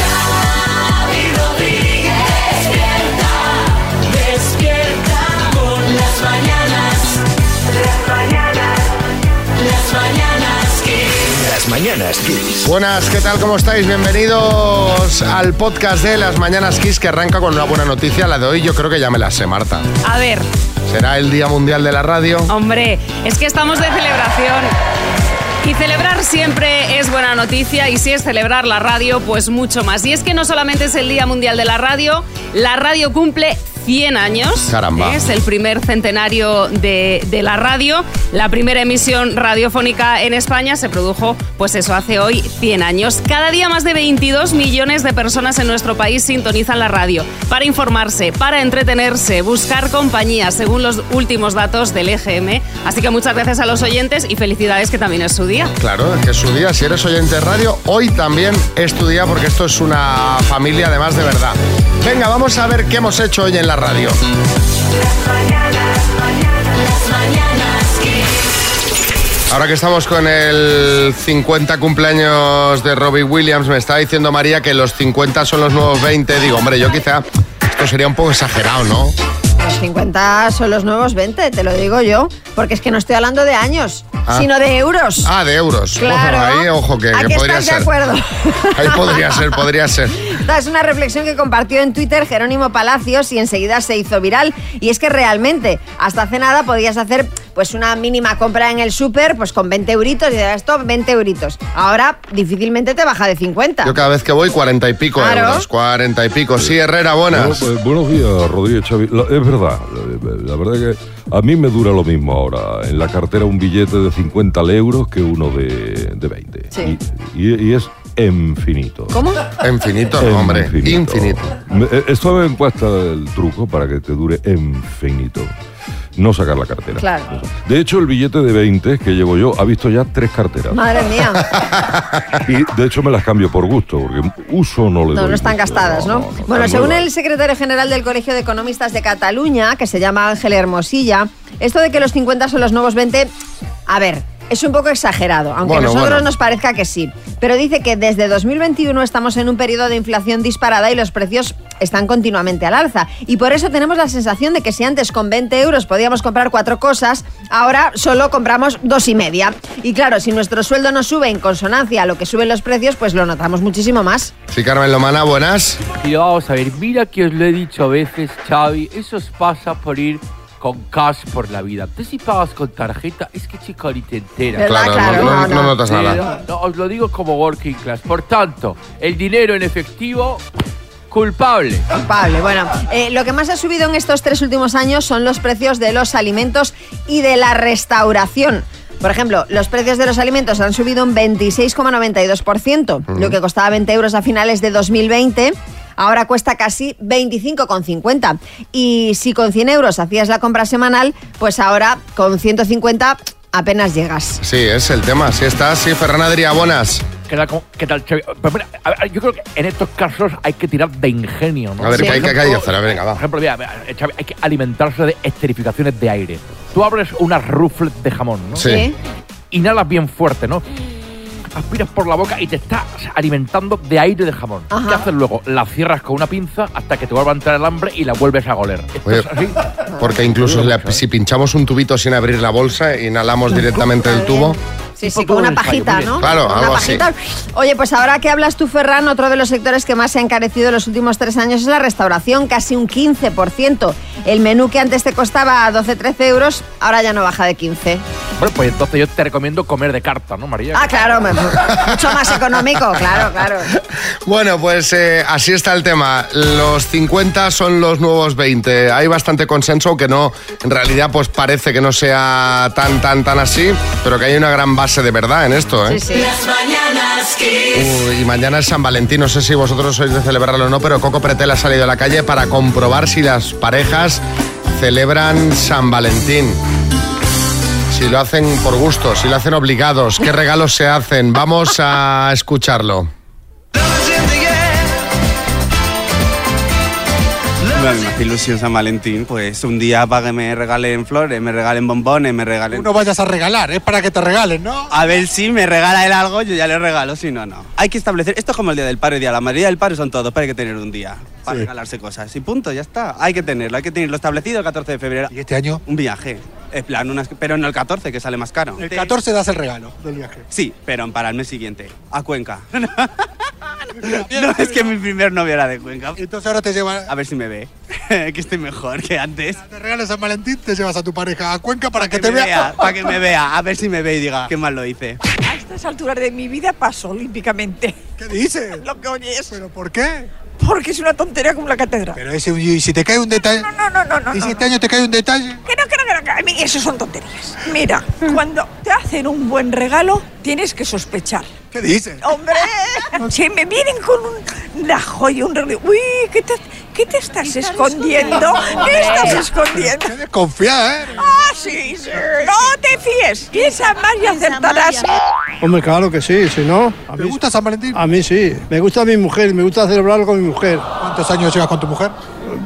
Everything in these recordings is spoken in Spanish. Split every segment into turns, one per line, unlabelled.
Xavi Rodríguez, despierta, despierta por las mañanas. Las mañanas, las mañanas que...
Las mañanas Kiss.
Buenas, ¿qué tal? ¿Cómo estáis? Bienvenidos al podcast de Las Mañanas Kiss que arranca con una buena noticia. La de hoy yo creo que ya me la sé, Marta.
A ver,
Será el Día Mundial de la Radio.
hombre, es que estamos de celebración. Y celebrar siempre es buena noticia y si es celebrar la radio, pues mucho más. Y es que no solamente es el Día Mundial de la Radio, la radio cumple 100 años.
Caramba.
Es el primer centenario de, de la radio. La primera emisión radiofónica en España se produjo, pues eso, hace hoy 100 años. Cada día más de 22 millones de personas en nuestro país sintonizan la radio para informarse, para entretenerse, buscar compañía, según los últimos datos del EGM. Así que muchas gracias a los oyentes y felicidades que también es su día.
Claro, que es su día. Si eres oyente de radio, hoy también es tu día porque esto es una familia además de verdad. Venga, vamos a ver qué hemos hecho hoy en la radio. Ahora que estamos con el 50 cumpleaños de Robbie Williams, me está diciendo María que los 50 son los nuevos 20. Digo, hombre, yo quizá esto sería un poco exagerado, ¿no?
Los 50 son los nuevos 20, te lo digo yo, porque es que no estoy hablando de años,
Ah.
sino de euros.
Ah, de euros.
Claro.
Ojo, ahí, ojo, que,
¿A
que
qué
podría
estás
ser.
de acuerdo?
Ahí podría ser, podría ser.
Esta es una reflexión que compartió en Twitter Jerónimo Palacios y enseguida se hizo viral. Y es que realmente, hasta hace nada podías hacer pues una mínima compra en el súper pues con 20 euritos y de esto 20 euritos. Ahora difícilmente te baja de 50.
Yo cada vez que voy, cuarenta y pico
Claro.
euros. Cuarenta y pico. Sí, Herrera,
Bueno,
buenas.
pues, buenos días, Rodríguez Xavi. La- es verdad, eh, la verdad que a mí me dura lo mismo ahora. En la cartera un billete de 50 euros que uno de, de 20.
Sí.
Y, y- y es infinito.
¿Cómo?
Infinito, no, hombre. Infinito.
Me- eh, Esto me encuesta el truco para que te dure infinito. No sacar la cartera.
Claro.
¿Eh?
De hecho, el billete de 20 que llevo yo ha visto ya tres carteras.
Madre mía.
Y de hecho me las cambio por gusto, porque uso no le
No,
doy
no están
mucho.
gastadas, ¿no?
No, no, no,
bueno,
están muy
según
baratas.
el secretario general del Colegio de Economistas de Cataluña, que se llama Ángel Hermosilla, esto de que los 50 son los nuevos 20, a ver, es un poco exagerado, aunque
Bueno,
a nosotros
bueno.
nos parezca que sí. Pero dice que desde 2021 estamos en un periodo de inflación disparada y los precios están continuamente al alza. Y por eso tenemos la sensación de que si antes con 20 euros podíamos comprar cuatro cosas, ahora solo compramos dos y media. Y claro, si nuestro sueldo no sube en consonancia a lo que suben los precios, pues lo notamos muchísimo más.
Sí, Carmen Lomana, buenas.
Y vamos a ver, mira que os lo he dicho a veces, Xavi, eso os pasa por ir con cash por la vida. Tú si pagas con tarjeta, es que chico ni te enteras.
¿Verdad?
Claro,
Claro,
no, no-
no, no.
no notas
Eh,
nada.
no, os lo digo como working class. Por tanto, el dinero en efectivo, culpable.
Culpable. Bueno, eh, lo que más ha subido en estos tres últimos años son los precios de los alimentos y de la restauración. Por ejemplo, los precios de los alimentos han subido un 26,92%, lo que costaba 20 euros a finales de 2020. Ahora cuesta casi 25,50. Y si con 100 euros hacías la compra semanal, pues ahora con 150 apenas llegas.
Sí, es el tema. Sí, está. Sí, Ferran Adrià, buenas.
¿Qué tal, cómo- qué tal, Xavi? Pero mira, a ver, yo creo que en estos casos hay que tirar de ingenio, ¿no?
A ver,
Por
¿qué hay que- qué hay que hacer? A ver, venga, va.
Por ejemplo, mira, mira, Xavi, hay que alimentarse de esterificaciones de aire. Tú abres una ruflet de jamón, ¿no?
Sí.
¿Sí?
inhalas bien fuerte, ¿no? Aspiras por la boca y te estás alimentando de aire de jamón.
Ajá.
¿Qué haces luego? La cierras con una pinza hasta que te vuelva a entrar el hambre y la vuelves a goler. Esto
Oye,
es Pues así.
porque incluso la- si pinchamos un tubito sin abrir la bolsa, inhalamos directamente el tubo.
Sí, sí,
Tipo
con
todo
una
en el fallo,
pajita,
muy bien.
¿no?
Claro,
Una
algo así.
pajita. Oye, pues ahora que hablas tú, Ferran, otro de los sectores que más se ha encarecido en los últimos tres años es la restauración, casi un 15%. El menú que antes te costaba 12-13 euros, ahora ya no baja de 15.
Bueno, pues entonces yo te recomiendo comer de carta, ¿no, María?
Ah, claro, me- mucho más económico, claro, claro.
Bueno, pues eh, así está el tema. Los 50 son los nuevos 20. Hay bastante consenso que no, en realidad, pues parece que no sea tan, tan, tan así, pero que hay una gran base de verdad en esto, ¿eh?
Sí, sí.
Las mañanas que...
Uy, y mañana es San Valentín, no sé si vosotros sois de celebrarlo o no, pero Coco Pretel ha salido a la calle para comprobar si las parejas celebran San Valentín. Si lo hacen por gusto, si lo hacen obligados, qué regalos se hacen. Vamos a escucharlo.
Me hace más ilusión San Valentín, pues un día para que me regalen flores, me regalen bombones, me regalen...
No vayas a regalar, es para que te regalen, ¿no?
A ver si me regala él algo, yo ya le regalo, si no, no. Hay que establecer, esto es como el Día del Padre, el Día de la Madre, el Día del Padre son todos, pero hay que tener un día para regalarse cosas. Y punto, ya está. Hay que tenerlo, hay que tenerlo establecido el 14 de febrero. ¿Y
este año?
Un viaje. En plan, unas, pero no el 14, que sale más caro.
El 14 das el regalo del viaje.
Sí, pero para el mes siguiente, a Cuenca. No, no, es que mi primer novio era de Cuenca.
Entonces ahora te llevan...
A ver si me ve, que estoy mejor que antes.
Te regalas San Valentín, te llevas a tu pareja a Cuenca para,
Que
que, te
me vea,
vea.
para que me vea, a ver si me ve y diga qué mal lo hice.
A estas alturas de mi vida paso olímpicamente.
¿Qué dices?
Lo que oye es. ¿Pero
por qué?
Porque es una tontería como la cátedra.
Pero ese, y si te cae un detalle...
No, no, no, no.
¿Y
no,
si
no.
este año te cae un detalle?
Que no, que no, que no, que a mí eso son tonterías. Mira, cuando te hacen un buen regalo, tienes que sospechar.
¿Qué dices?
¡Hombre! si me vienen con un, una joya, un regalo. ¡Uy! ¿Qué te, qué te estás, escondiendo? ¿Qué estás escondiendo?
Qué desconfiada, ¿eh?
¡Ah, sí, sí! ¡No te fíes! Piensa más y acertarás.
Hombre, claro que sí, si no. A
¿Te gusta San Valentín?
A mí sí. Me gusta mi mujer, me gusta celebrarlo con mi mujer.
¿Cuántos años llevas con tu mujer?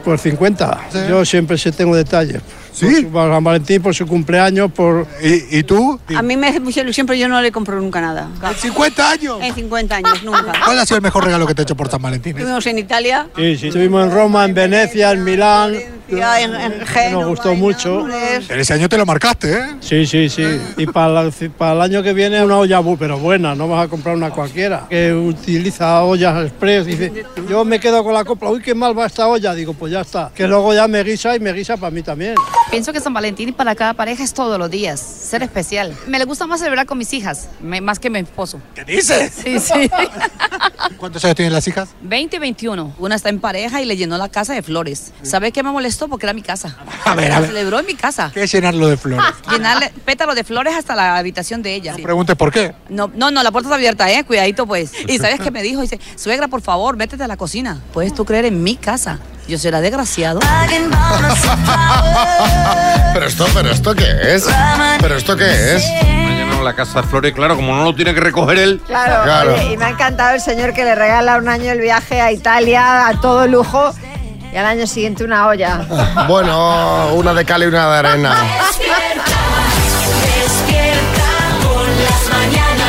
Por 50.
Sí.
Yo siempre sí tengo detalles.
¿Sí?
Por su- Por San Valentín, por su cumpleaños, por.
¿Y, y tú?
A mí me hace mucha ilusión, pero yo no le compro nunca nada.
¿En 50 años?
En 50 años, nunca.
¿Cuál ha sido el mejor regalo que te he hecho por San Valentín?
Estuvimos en Italia,
Sí, sí. Estuvimos en Roma, en Venecia, en Milán.
Florencia, en, en Génova,
Nos gustó
en
mucho.
Nápoles.
Pero ese año te lo marcaste, ¿eh?
Sí, sí, sí. Y para, la- para el año que viene una olla bu, pero buena, no vas a comprar una cualquiera. Que utiliza ollas express. Dice, yo me quedo con la copla, uy, qué mal va esta olla. Digo, pues ya está. Que luego ya me guisa y me guisa para mí también.
Pienso que San Valentín para cada pareja es todos los días, ser especial. Me le gusta más celebrar con mis hijas, me- más que mi esposo.
¿Qué dices?
Sí, sí.
¿Cuántos años tienen las hijas?
20 y 21. Una está en pareja y le llenó la casa de flores. ¿Sabe qué me molestó? Porque era mi casa.
A ver, a ver.
Celebró en mi casa.
¿Qué es llenarlo de flores? Ah,
Llenarle pétalos de flores hasta la habitación de ella.
No preguntes por qué.
No, no, no, la puerta está abierta, eh, cuidadito pues. Y sabes qué me dijo, dice, suegra, por favor, métete a la cocina. ¿Puedes tú creer en mi casa? Yo será desgraciado.
Pero esto, pero esto qué es? Pero esto qué es?
Mañana la casa de flores, claro, como no lo tiene que recoger él.
Claro,
Claro.
oye, y me ha encantado el señor que le regala un año el viaje a Italia a todo lujo y al año siguiente una olla.
Bueno, una de cal y una de arena.
Despierta, despierta con las mañanas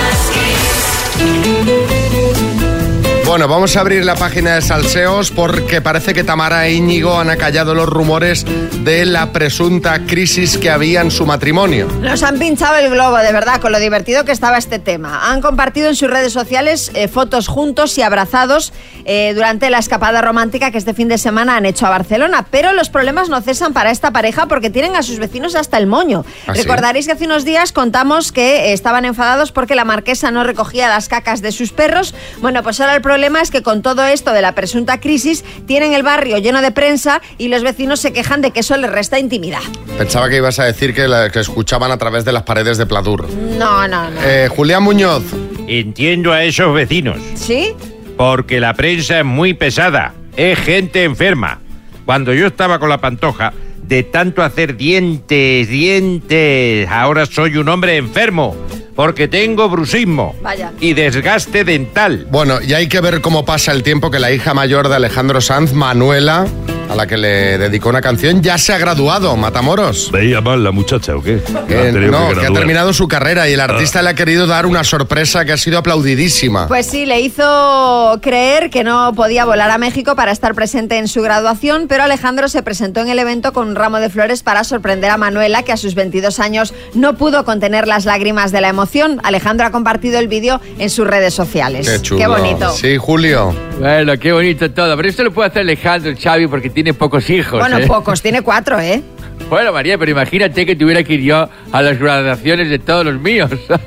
Bueno, vamos a abrir la página de salseos porque parece que Tamara e Íñigo han acallado los rumores de la presunta crisis que había en su matrimonio.
Nos han pinchado el globo, de verdad, con lo divertido que estaba este tema. Han compartido en sus redes sociales eh, fotos juntos y abrazados eh, durante la escapada romántica que este fin de semana han hecho a Barcelona. Pero los problemas no cesan para esta pareja porque tienen a sus vecinos hasta el moño.
¿Ah, sí?
Recordaréis que hace unos días contamos que eh, estaban enfadados porque la marquesa no recogía las cacas de sus perros. Bueno, pues ahora el problema es que con todo esto de la presunta crisis tienen el barrio lleno de prensa y los vecinos se quejan de que eso les resta intimidad.
Pensaba que ibas a decir que, la- que escuchaban a través de las paredes de Pladur.
No, no, no.
Eh, Julián Muñoz,
Entiendo a esos vecinos,
¿Sí?
porque la prensa es muy pesada, es gente enferma. Cuando yo estaba con la pantoja, de tanto hacer dientes, dientes, ahora soy un hombre enfermo, porque tengo bruxismo
Vaya.
y desgaste dental.
bueno, y hay que ver cómo pasa el tiempo que la hija mayor de Alejandro Sanz, Manuela, a la que le dedicó una canción, ya se ha graduado, Matamoros.
¿Veía mal la muchacha o qué?
Que-
Ha tenido
no, que ha
graduar.
terminado su carrera y
Ah.
el artista le ha querido dar una sorpresa que ha sido aplaudidísima.
Pues sí, le hizo creer que no podía volar a México para estar presente en su graduación, pero Alejandro se presentó en el evento con un ramo de flores para sorprender a Manuela, que a sus 22 años no pudo contener las lágrimas de la emoción. Alejandro ha compartido el vídeo en sus redes sociales.
Qué chulo.
bonito.
Sí, Julio.
Bueno, qué bonito todo. Pero eso lo puede hacer Alejandro Xavi porque tiene pocos hijos.
bueno,
¿eh?
pocos, tiene cuatro, ¿eh?
Bueno, María, pero imagínate que tuviera que ir yo a las graduaciones de todos los míos.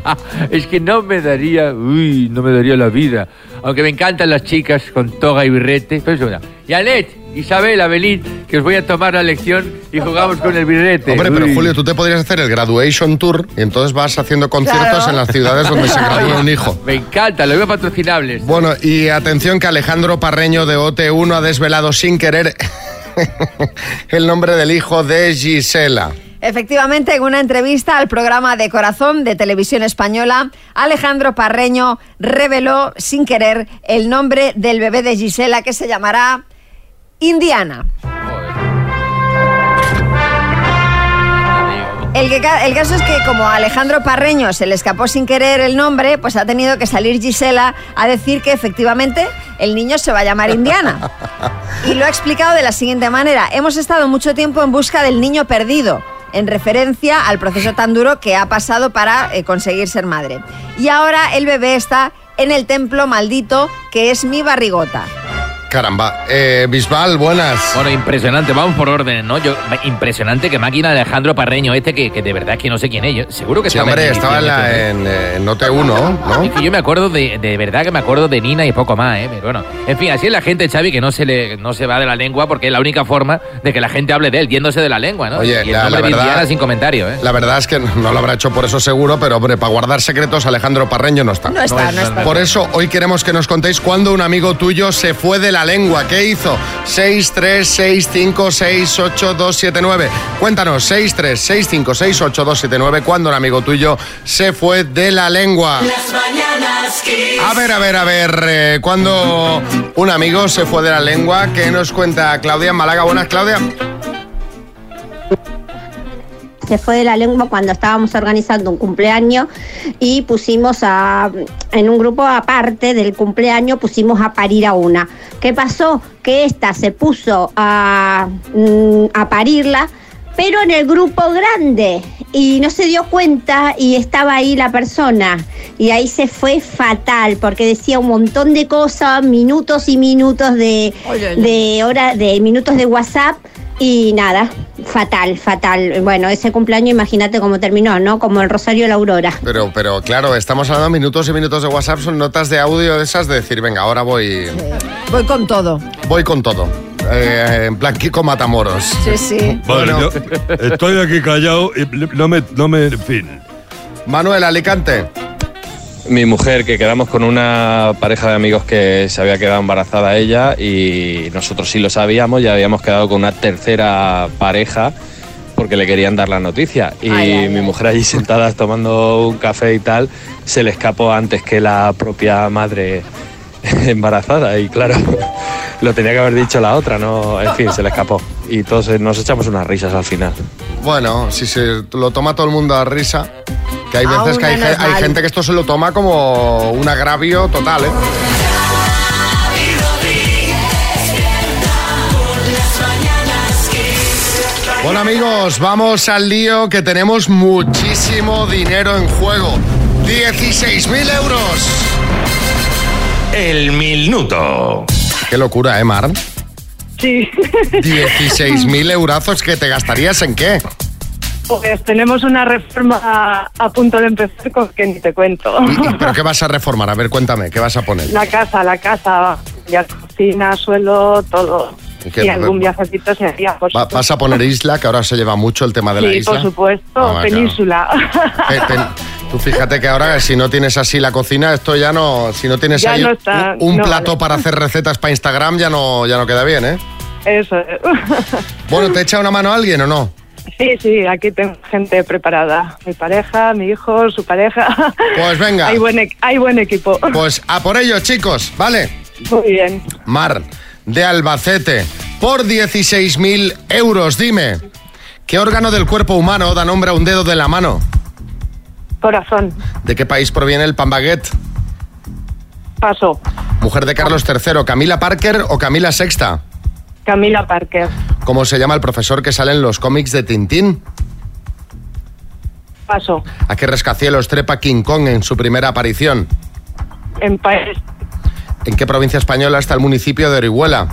es que no me daría, uy, no me daría la vida. Aunque me encantan las chicas con toga y birrete. Pero es una. Y Alet, Isabel, Abelín, que os voy a tomar la lección y jugamos con el birrete.
Hombre, pero
Este, Uy.
Julio, tú te podrías hacer el graduation tour y entonces vas haciendo conciertos
Claro.
en las ciudades donde se gradúa un hijo.
Me encanta, lo veo patrocinables.
Bueno, y atención que Alejandro Parreño de OT1 ha desvelado sin querer el nombre del hijo de Gisela.
Efectivamente, en una entrevista al programa de Corazón de Televisión Española, Alejandro Parreño reveló sin querer el nombre del bebé de Gisela que se llamará Indiana. El, que ca- el caso es que como a Alejandro Parreño se le escapó sin querer el nombre, pues ha tenido que salir Gisela a decir que efectivamente el niño se va a llamar Indiana. Y lo ha explicado de la siguiente manera. Hemos estado mucho tiempo en busca del niño perdido, en referencia al proceso tan duro que ha pasado para eh, conseguir ser madre. Y ahora el bebé está en el templo maldito que es mi barrigota.
Caramba. Eh, Bisbal, buenas.
Bueno, impresionante, vamos por órdenes, ¿no? Yo, impresionante que máquina de Alejandro Parreño, este que, que de verdad es que no sé quién es, yo- seguro que
Sí,
estaba
hombre,
en
estaba en, la- en, eh, en Note 1, ¿no?
Es que yo me acuerdo de, de verdad que me acuerdo de Nina y poco más, ¿eh? Pero bueno, en fin, así es la gente, Xavi, que no se le no se va de la lengua porque es la única forma de que la gente hable de él, yéndose de la lengua, ¿no?
Oye,
y el
la-
nombre
la verdad-
Viviana sin comentario, ¿eh?
La verdad es que no lo habrá hecho por eso seguro, pero hombre, para guardar secretos Alejandro Parreño no está.
No está, No no está. está.
Por eso hoy queremos que nos contéis cuándo un amigo tuyo se fue de la lengua. ¿Qué hizo? 636568279. Cuéntanos, 636568279, cuándo un amigo tuyo se fue de la lengua.
Las mañanas Kiss.
A ver, a ver, a ver, eh, cuando un amigo se fue de la lengua, ¿qué nos cuenta Claudia en Málaga? Buenas, Claudia.
se fue de la lengua cuando estábamos organizando un cumpleaños y pusimos a, en un grupo aparte del cumpleaños, pusimos a parir a una. ¿Qué pasó? Que esta se puso a, mm, a parirla, pero en el grupo grande y no se dio cuenta y estaba ahí la persona. Y ahí se fue fatal porque decía un montón de cosas, minutos y minutos de,
Oye, oye.
de eh, hora de minutos de WhatsApp y nada, fatal, fatal. Bueno, ese cumpleaños imagínate cómo terminó, ¿no? Como el Rosario de la Aurora.
Pero, pero claro, estamos hablando de minutos y minutos de WhatsApp, son notas de audio de esas de decir, venga, ahora voy.
Voy con todo.
Voy con todo. Eh, en plan Kiko Matamoros.
Sí, sí.
Vale,
Bueno.
yo estoy aquí callado y no me, no me. En fin.
Manuel Alicante.
Mi mujer, que quedamos con una pareja de amigos que se había quedado embarazada ella y nosotros sí lo sabíamos, ya habíamos quedado con una tercera pareja porque le querían dar la noticia. Y mi mujer allí sentada tomando un café y tal, se le escapó antes que la propia madre embarazada y claro, lo tenía que haber dicho la otra, ¿no? En fin, se le escapó. Y todos eh, nos echamos unas risas al final.
Bueno, si se lo toma todo el mundo a risa, que hay
Aún
veces que hay,
menos
ge- hay
mal.
gente que esto se lo toma como un agravio total, ¿eh?
Las mañanas Kiss.
Bueno amigos, vamos al lío que tenemos muchísimo dinero en juego. 16.000 euros.
El minuto.
Qué locura, ¿eh, Mar?
Sí.
16.000 eurazos que te gastarías en qué?
Pues tenemos una reforma a, a punto de empezar con que ni te cuento.
¿Pero qué vas a reformar? A ver, cuéntame, ¿qué vas a poner?
La casa, la casa, ya cocina, suelo, todo.
¿Qué?
Y algún viajecito se haría. Por
Va- ¿Vas a poner isla, que ahora se lleva mucho el tema de la
sí,
isla?
por supuesto,
Ah, va, claro.
península.
Pe- pen- Tú fíjate que ahora si no tienes así la cocina, esto ya no, si no tienes
Ya
ahí
no está,
un, un
no
plato para hacer recetas para Instagram ya no, ya no queda bien, ¿eh?
Eso. es.
Bueno, ¿te echa una mano alguien o no?
Sí, sí, aquí tengo gente preparada. Mi pareja, mi hijo, su pareja.
Pues venga.
Hay buen, e- hay buen equipo.
Pues a por ello, chicos, ¿vale?
Muy bien.
Mar de Albacete, por 16.000 euros, dime, ¿qué órgano del cuerpo humano da nombre a un dedo de la mano?
Corazón,
¿De qué país proviene el pan baguette?
paso.
Mujer de Carlos III, Camila Parker o Camila Sexta.
Camila Parker,
¿Cómo se llama el profesor que sale en los cómics de Tintín?
paso.
¿A qué rascacielos trepa King Kong en su primera aparición?
En País,
¿En qué provincia española está el municipio de Orihuela?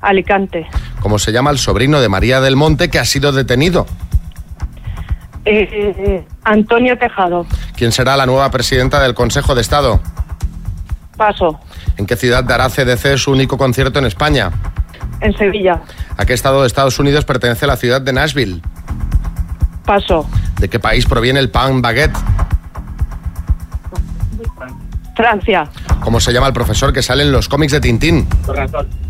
Alicante.
¿Cómo se llama el sobrino de María del Monte que ha sido detenido?
Eh, eh, eh, Antonio Tejado,
¿Quién será la nueva presidenta del Consejo de Estado?
paso.
¿En qué ciudad dará CDC su único concierto en España?
En Sevilla,
¿A qué estado de Estados Unidos pertenece la ciudad de Nashville?
paso.
¿De qué país proviene el pan baguette?
Francia,
¿Cómo se llama el profesor que sale en los cómics de Tintín?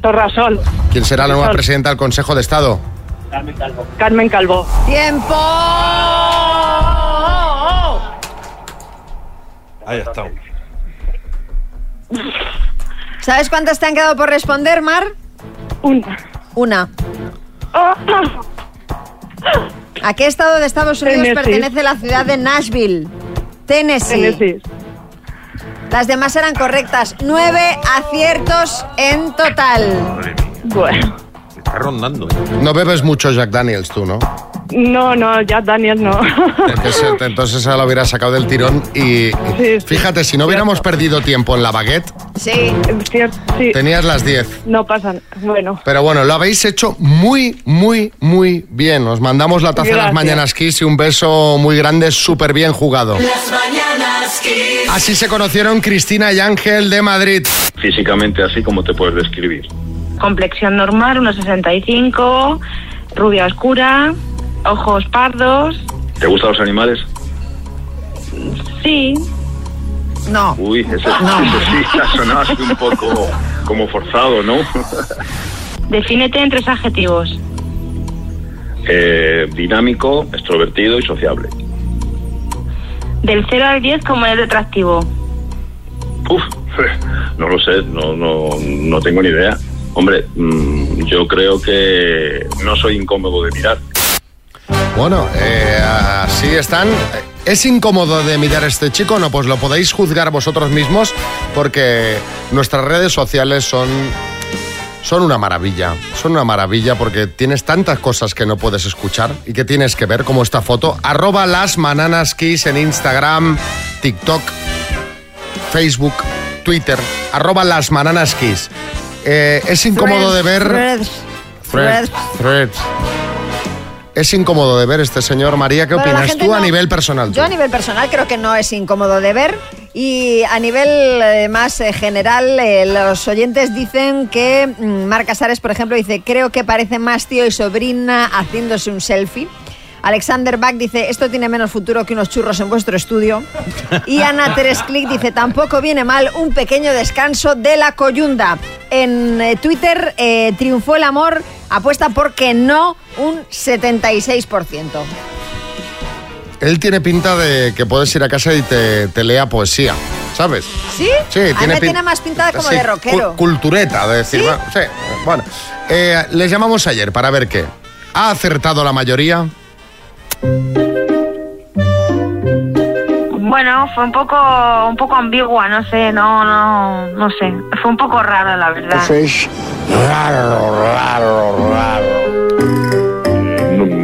Torrasol,
¿Quién será la nueva presidenta del Consejo de Estado?
Carmen Calvo.
¡Tiempo!
Ahí está.
¿Sabes cuántas te han quedado por responder, Mar?
Ah.
Una.
Una. ¿A qué estado de Estados Unidos
Tennessee.
pertenece la ciudad de Nashville? Tennessee.
Tennessee.
Las demás eran correctas. Nueve aciertos en total.
Bueno,
Está rondando. No bebes mucho Jack Daniels tú, ¿no?
no, no, ya Daniel no.
Entonces, entonces ahora lo hubieras sacado del tirón y... Fíjate, si no hubiéramos perdido tiempo en la baguette,
Sí.
sí.
tenías las 10.
No pasa nada. Bueno.
Pero bueno, lo habéis hecho muy, muy, muy bien. Os mandamos la taza de las
Gracias.
mañanas Kiss y un beso muy grande, súper bien jugado.
Las mañanas Kiss.
Así se conocieron Cristina y Ángel de Madrid.
Físicamente así como te puedes describir.
Complexión normal, 1,65, rubia oscura, ojos pardos.
¿Te gustan los animales?
Sí,
No.
Uy, ese, ese sí ha sonado así un poco como forzado, ¿no?
defínete en tres adjetivos.
Eh, dinámico, extrovertido y sociable.
Del 0 al 10, como es detractivo?
Uf, no lo sé, no, no, no tengo ni idea. Hombre, mm, yo creo que no soy incómodo de mirar.
Bueno, eh, así están. ¿Es incómodo de mirar a este chico? No, pues lo podéis juzgar vosotros mismos porque nuestras redes sociales son, son una maravilla. Son una maravilla porque tienes tantas cosas que no puedes escuchar y que tienes que ver, como esta foto. Arroba las bananas kiss en Instagram, TikTok, Facebook, Twitter. Arroba las bananas kiss. Eh, ¿Es incómodo de ver...
Threads.
Threads. Threads. Es incómodo de ver este señor. María, ¿qué
Bueno, la
opinas
gente
tú a
no-
nivel personal?
Yo a nivel personal creo que no es incómodo de ver y a nivel eh, más eh, general eh, los oyentes dicen que mm, Marc Casares, por ejemplo, dice creo que parece más tío y sobrina haciéndose un selfie. Alexander Bach dice, esto tiene menos futuro que unos churros en vuestro estudio. Y Ana Teres Click dice, tampoco viene mal un pequeño descanso de la coyunda. En eh, Twitter, eh, triunfó el amor, apuesta porque no un 76%.
Él tiene pinta de que puedes ir a casa y te, te lea poesía, ¿sabes?
¿Sí?
Sí,
a mí me
tiene pin-
tiene más pintada como
Sí,
de rockero.
cu- cultureta, de decir. Bueno, sí, bueno. Eh, les llamamos ayer para ver qué. ¿Ha acertado la mayoría?
Bueno, fue un poco, un poco ambigua, no sé, no, no, no sé. Fue un poco rara, la verdad.
Raro, raro, raro.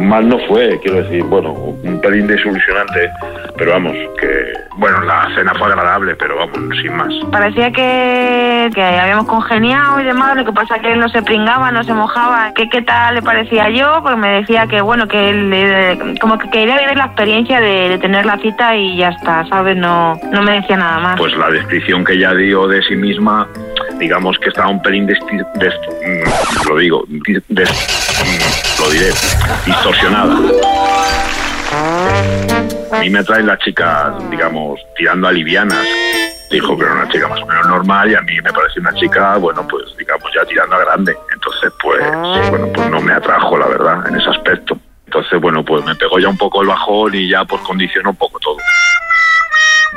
mal no fue, quiero decir, bueno, un pelín desilusionante, pero vamos, que, bueno, la cena fue agradable, pero vamos, sin más.
Parecía que, que habíamos congeniado y demás, lo que pasa que él no se pringaba, no se mojaba, que qué tal le parecía yo, porque me decía que bueno, que él eh, como que quería vivir la experiencia de, de tener la cita y ya está, ¿sabes? No, no me decía nada más.
Pues la descripción que ella dio de sí misma, digamos que estaba un pelín desti- des- mm, lo digo, di- des- mm, lo diré, distorsionada. A mí me atraen las chicas, digamos, tirando a livianas. Dijo que era una chica más o menos normal y a mí me pareció una chica, bueno, pues digamos ya tirando a grande. Entonces, pues, bueno, pues no me atrajo, la verdad, en ese aspecto. Entonces, bueno, pues me pegó ya un poco el bajón y ya pues condicionó un poco todo.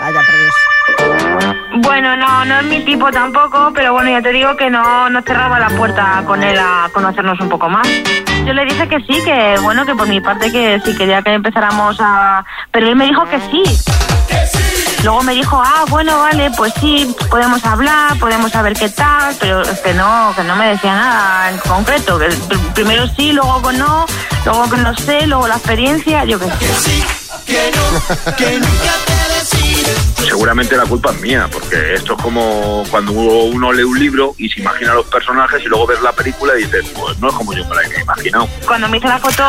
Vaya, por Dios.
Bueno, no, no es mi tipo tampoco, pero bueno, ya te digo que no, no cerraba la puerta con él a conocernos un poco más. Yo le dije que sí, que bueno, que por mi parte que sí quería que empezáramos a... Pero él me dijo que sí. Luego me dijo, ah, bueno, vale, pues sí, podemos hablar, podemos saber qué tal, pero es que no, que no me decía nada en concreto. que pr- primero sí, luego que no, luego que no sé, luego la experiencia, yo qué sé.
Seguramente la culpa es mía, porque esto es como cuando uno lee un libro y se imagina los personajes y luego ves la película y dices, pues no es como yo me la he imaginado.
cuando me hice la foto,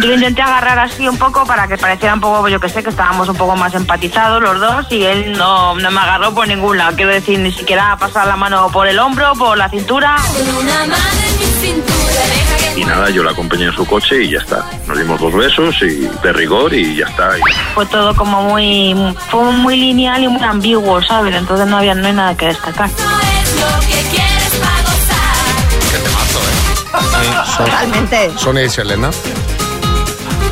yo lo intenté agarrar así un poco para que pareciera un poco, yo que sé, que estábamos un poco más empatizados los dos y él no, no me agarró por ningún lado. Quiero decir, ni siquiera pasar la mano por el hombro, por la cintura.
Y nada, yo la acompañé en su coche y ya está. Nos dimos dos besos y de rigor y ya está. Y
Fue todo como muy, fue muy lineal y muy ambiguo, ¿sabes? Entonces no había, no hay nada que destacar.
Totalmente.
Sonia y Selena.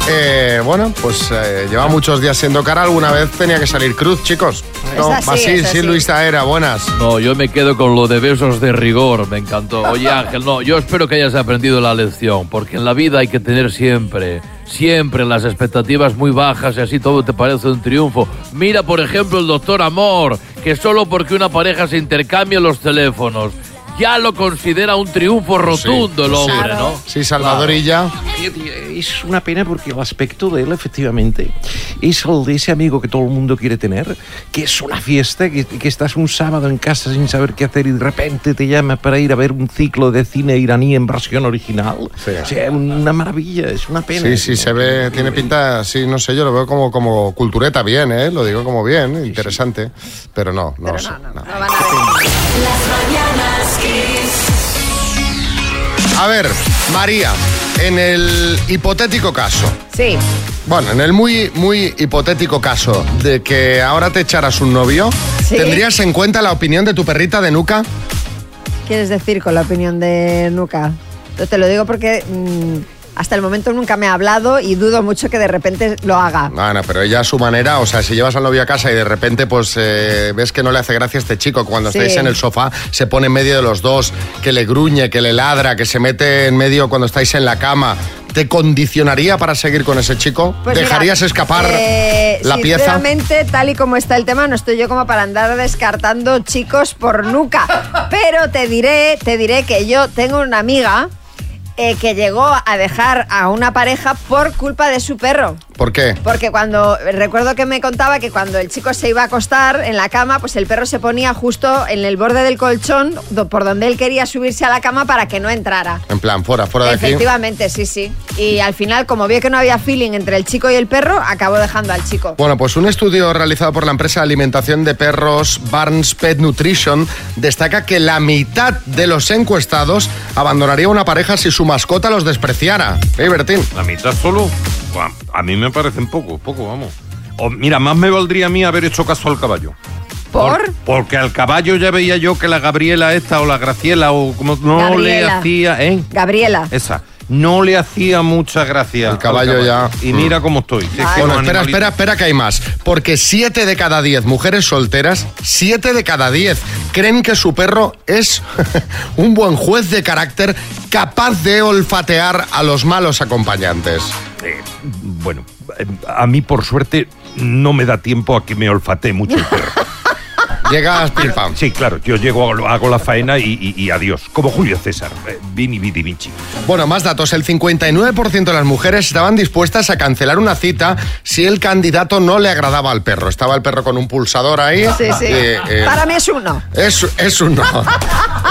Eh, bueno, pues eh, lleva muchos días siendo cara. Alguna vez tenía que salir cruz, chicos. No,
así,
Basí,
es
sí,
así.
Luis Taera, buenas.
No, yo me quedo con lo de besos de rigor, me encantó. Oye Ángel, no, yo espero que hayas aprendido la lección, porque en la vida hay que tener siempre siempre las expectativas muy bajas y así todo te parece un triunfo. Mira, por ejemplo, el doctor Amor, que solo porque una pareja se intercambia los teléfonos, ya lo considera un triunfo
Pues
rotundo el hombre, ¿no?
Sí, Salvadorilla.
Es una pena porque el aspecto de él, efectivamente, es el de ese amigo que todo el mundo quiere tener, que es una fiesta, que, que estás un sábado en casa sin saber qué hacer y de repente te llama para ir a ver un ciclo de cine iraní en versión original. O sea, una maravilla, es una pena.
Sí, sí, se ve, tiene pinta, sí, no sé, yo lo veo como, como cultureta bien, ¿eh? Lo digo como bien, interesante, pero no, no sé.
Mañanas Kiss.
A ver, María, en el hipotético caso.
Sí.
Bueno, en el muy, muy hipotético caso de que ahora te echaras un novio,
Sí.
¿tendrías en cuenta la opinión de tu perrita de nuca?
¿Quieres decir con la opinión de Nuca? Yo te lo digo porque mm, hasta el momento nunca me ha hablado y dudo mucho que de repente lo haga.
Ana, pero ella a su manera, o sea, si llevas al novio a casa y de repente pues eh, ves que no le hace gracia a este chico, cuando
Sí.
estáis en el sofá se pone en medio de los dos, que le gruñe, que le ladra, que se mete en medio cuando estáis en la cama, ¿te condicionaría para seguir con ese chico?
Pues mira,
¿Dejarías escapar
eh,
la pieza?
Sinceramente, tal y como está el tema, no estoy yo como para andar descartando chicos por nuca. Pero te diré, te diré que yo tengo una amiga eh, que llegó a dejar a una pareja por culpa de su perro.
¿Por qué?
Porque cuando, recuerdo que me contaba que cuando el chico se iba a acostar en la cama, pues el perro se ponía justo en el borde del colchón do- por donde él quería subirse a la cama para que no entrara.
En plan, fuera,
¿Ah,
fuera de aquí.
Efectivamente, sí, sí. Y al final, como vio que no había feeling entre el chico y el perro, acabó dejando al chico.
Bueno, pues un estudio realizado por la empresa de alimentación de perros Barnes Pet Nutrition destaca que la mitad de los encuestados abandonaría una pareja si su mascota los despreciara. ¿Eh, Bertín?
¿La mitad solo? Buah, A mí me parecen poco, poco, vamos. O, mira, más me valdría a mí haber hecho caso al caballo.
¿Por?
Porque al caballo ya veía yo que la Gabriela esta o la Graciela o como no le
Gabriela.
hacía, ¿eh?
Gabriela.
Esa. No le hacía mucha gracia. al
caballo ya.
Y
Mm.
mira cómo estoy. Es que
Bueno,
los
espera,
animalitos-
espera, espera que hay más. Porque 7 de cada 10 mujeres solteras, 7 de cada 10 creen que su perro es un buen juez de carácter capaz de olfatear a los malos acompañantes.
Eh, bueno, eh, a mí por suerte no me da tiempo a que me olfatee mucho el perro.
Llegas,
Sí, claro, yo llego, hago- hago la faena y, y- y adiós. Como Julio César, eh, vini, vidi, vici.
Bueno, más datos. El 59% de las mujeres estaban dispuestas a cancelar una cita si el candidato no le agradaba al perro. Estaba el perro con un pulsador ahí.
Sí, sí.
Eh, eh,
Para mí es uno.
es, es un no.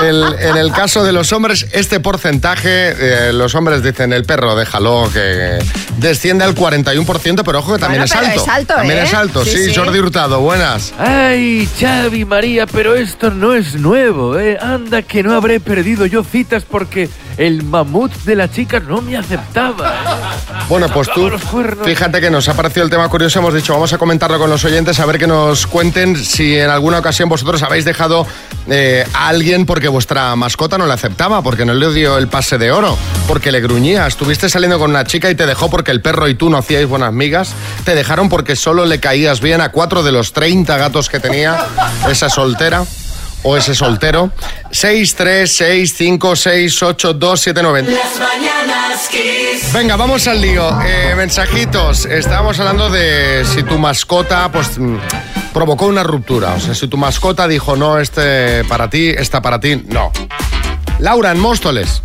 El- en el caso de los hombres, este porcentaje, eh, los hombres dicen el perro, déjalo, que desciende al 41%, pero ojo que también
Bueno,
es
pero
alto.
es alto,
también
¿eh?
es alto,
Sí,
sí,
sí.
Jordi Hurtado, buenas.
Ay, Xavi, María, pero esto no es nuevo, ¿eh? Anda que no habré perdido yo citas porque el mamut de la chica no me
¿eh?
aceptaba.
Bueno, pues tú, fíjate que nos ha parecido el tema curioso, hemos dicho, vamos a comentarlo con los oyentes, a ver que nos cuenten si en alguna ocasión vosotros habéis dejado eh, a alguien porque vuestra mascota no le aceptaba, porque no le dio el pase de oro, porque le gruñía, estuviste saliendo con una chica y te dejó porque el perro y tú no hacíais buenas migas, te dejaron porque solo le caías bien a cuatro de los 30 gatos que tenía esa soltera. O ese soltero. 6, 3, 6, 5, 6, 8, 2, 7, 9.
Las Mañanas Kiss.
Venga, vamos al lío. Eh, mensajitos. Estábamos hablando de si tu mascota pues, mm, provocó una ruptura. O sea, si tu mascota dijo no, este para ti, esta para ti, no. Laura en Móstoles.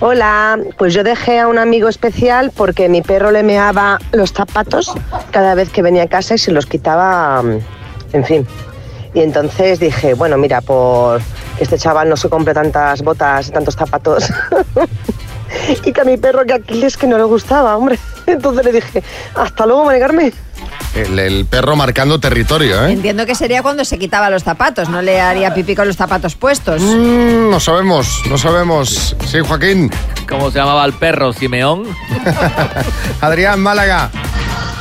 Hola, pues yo dejé a un amigo especial porque mi perro le meaba los zapatos cada vez que venía a casa y se los quitaba, mm, en fin. Y entonces dije, bueno, mira, por que este chaval no se compre tantas botas y tantos zapatos. y que a mi perro que Aquiles que no le gustaba, hombre. Entonces le dije, hasta luego, Mari Carmen.
El, el perro marcando territorio, ¿eh?
Entiendo que sería cuando se quitaba los zapatos, no le haría pipí con los zapatos puestos.
Mm, no sabemos, no sabemos. Sí, Joaquín.
¿Cómo se llamaba el perro? ¿Simeón?
Adrián Málaga.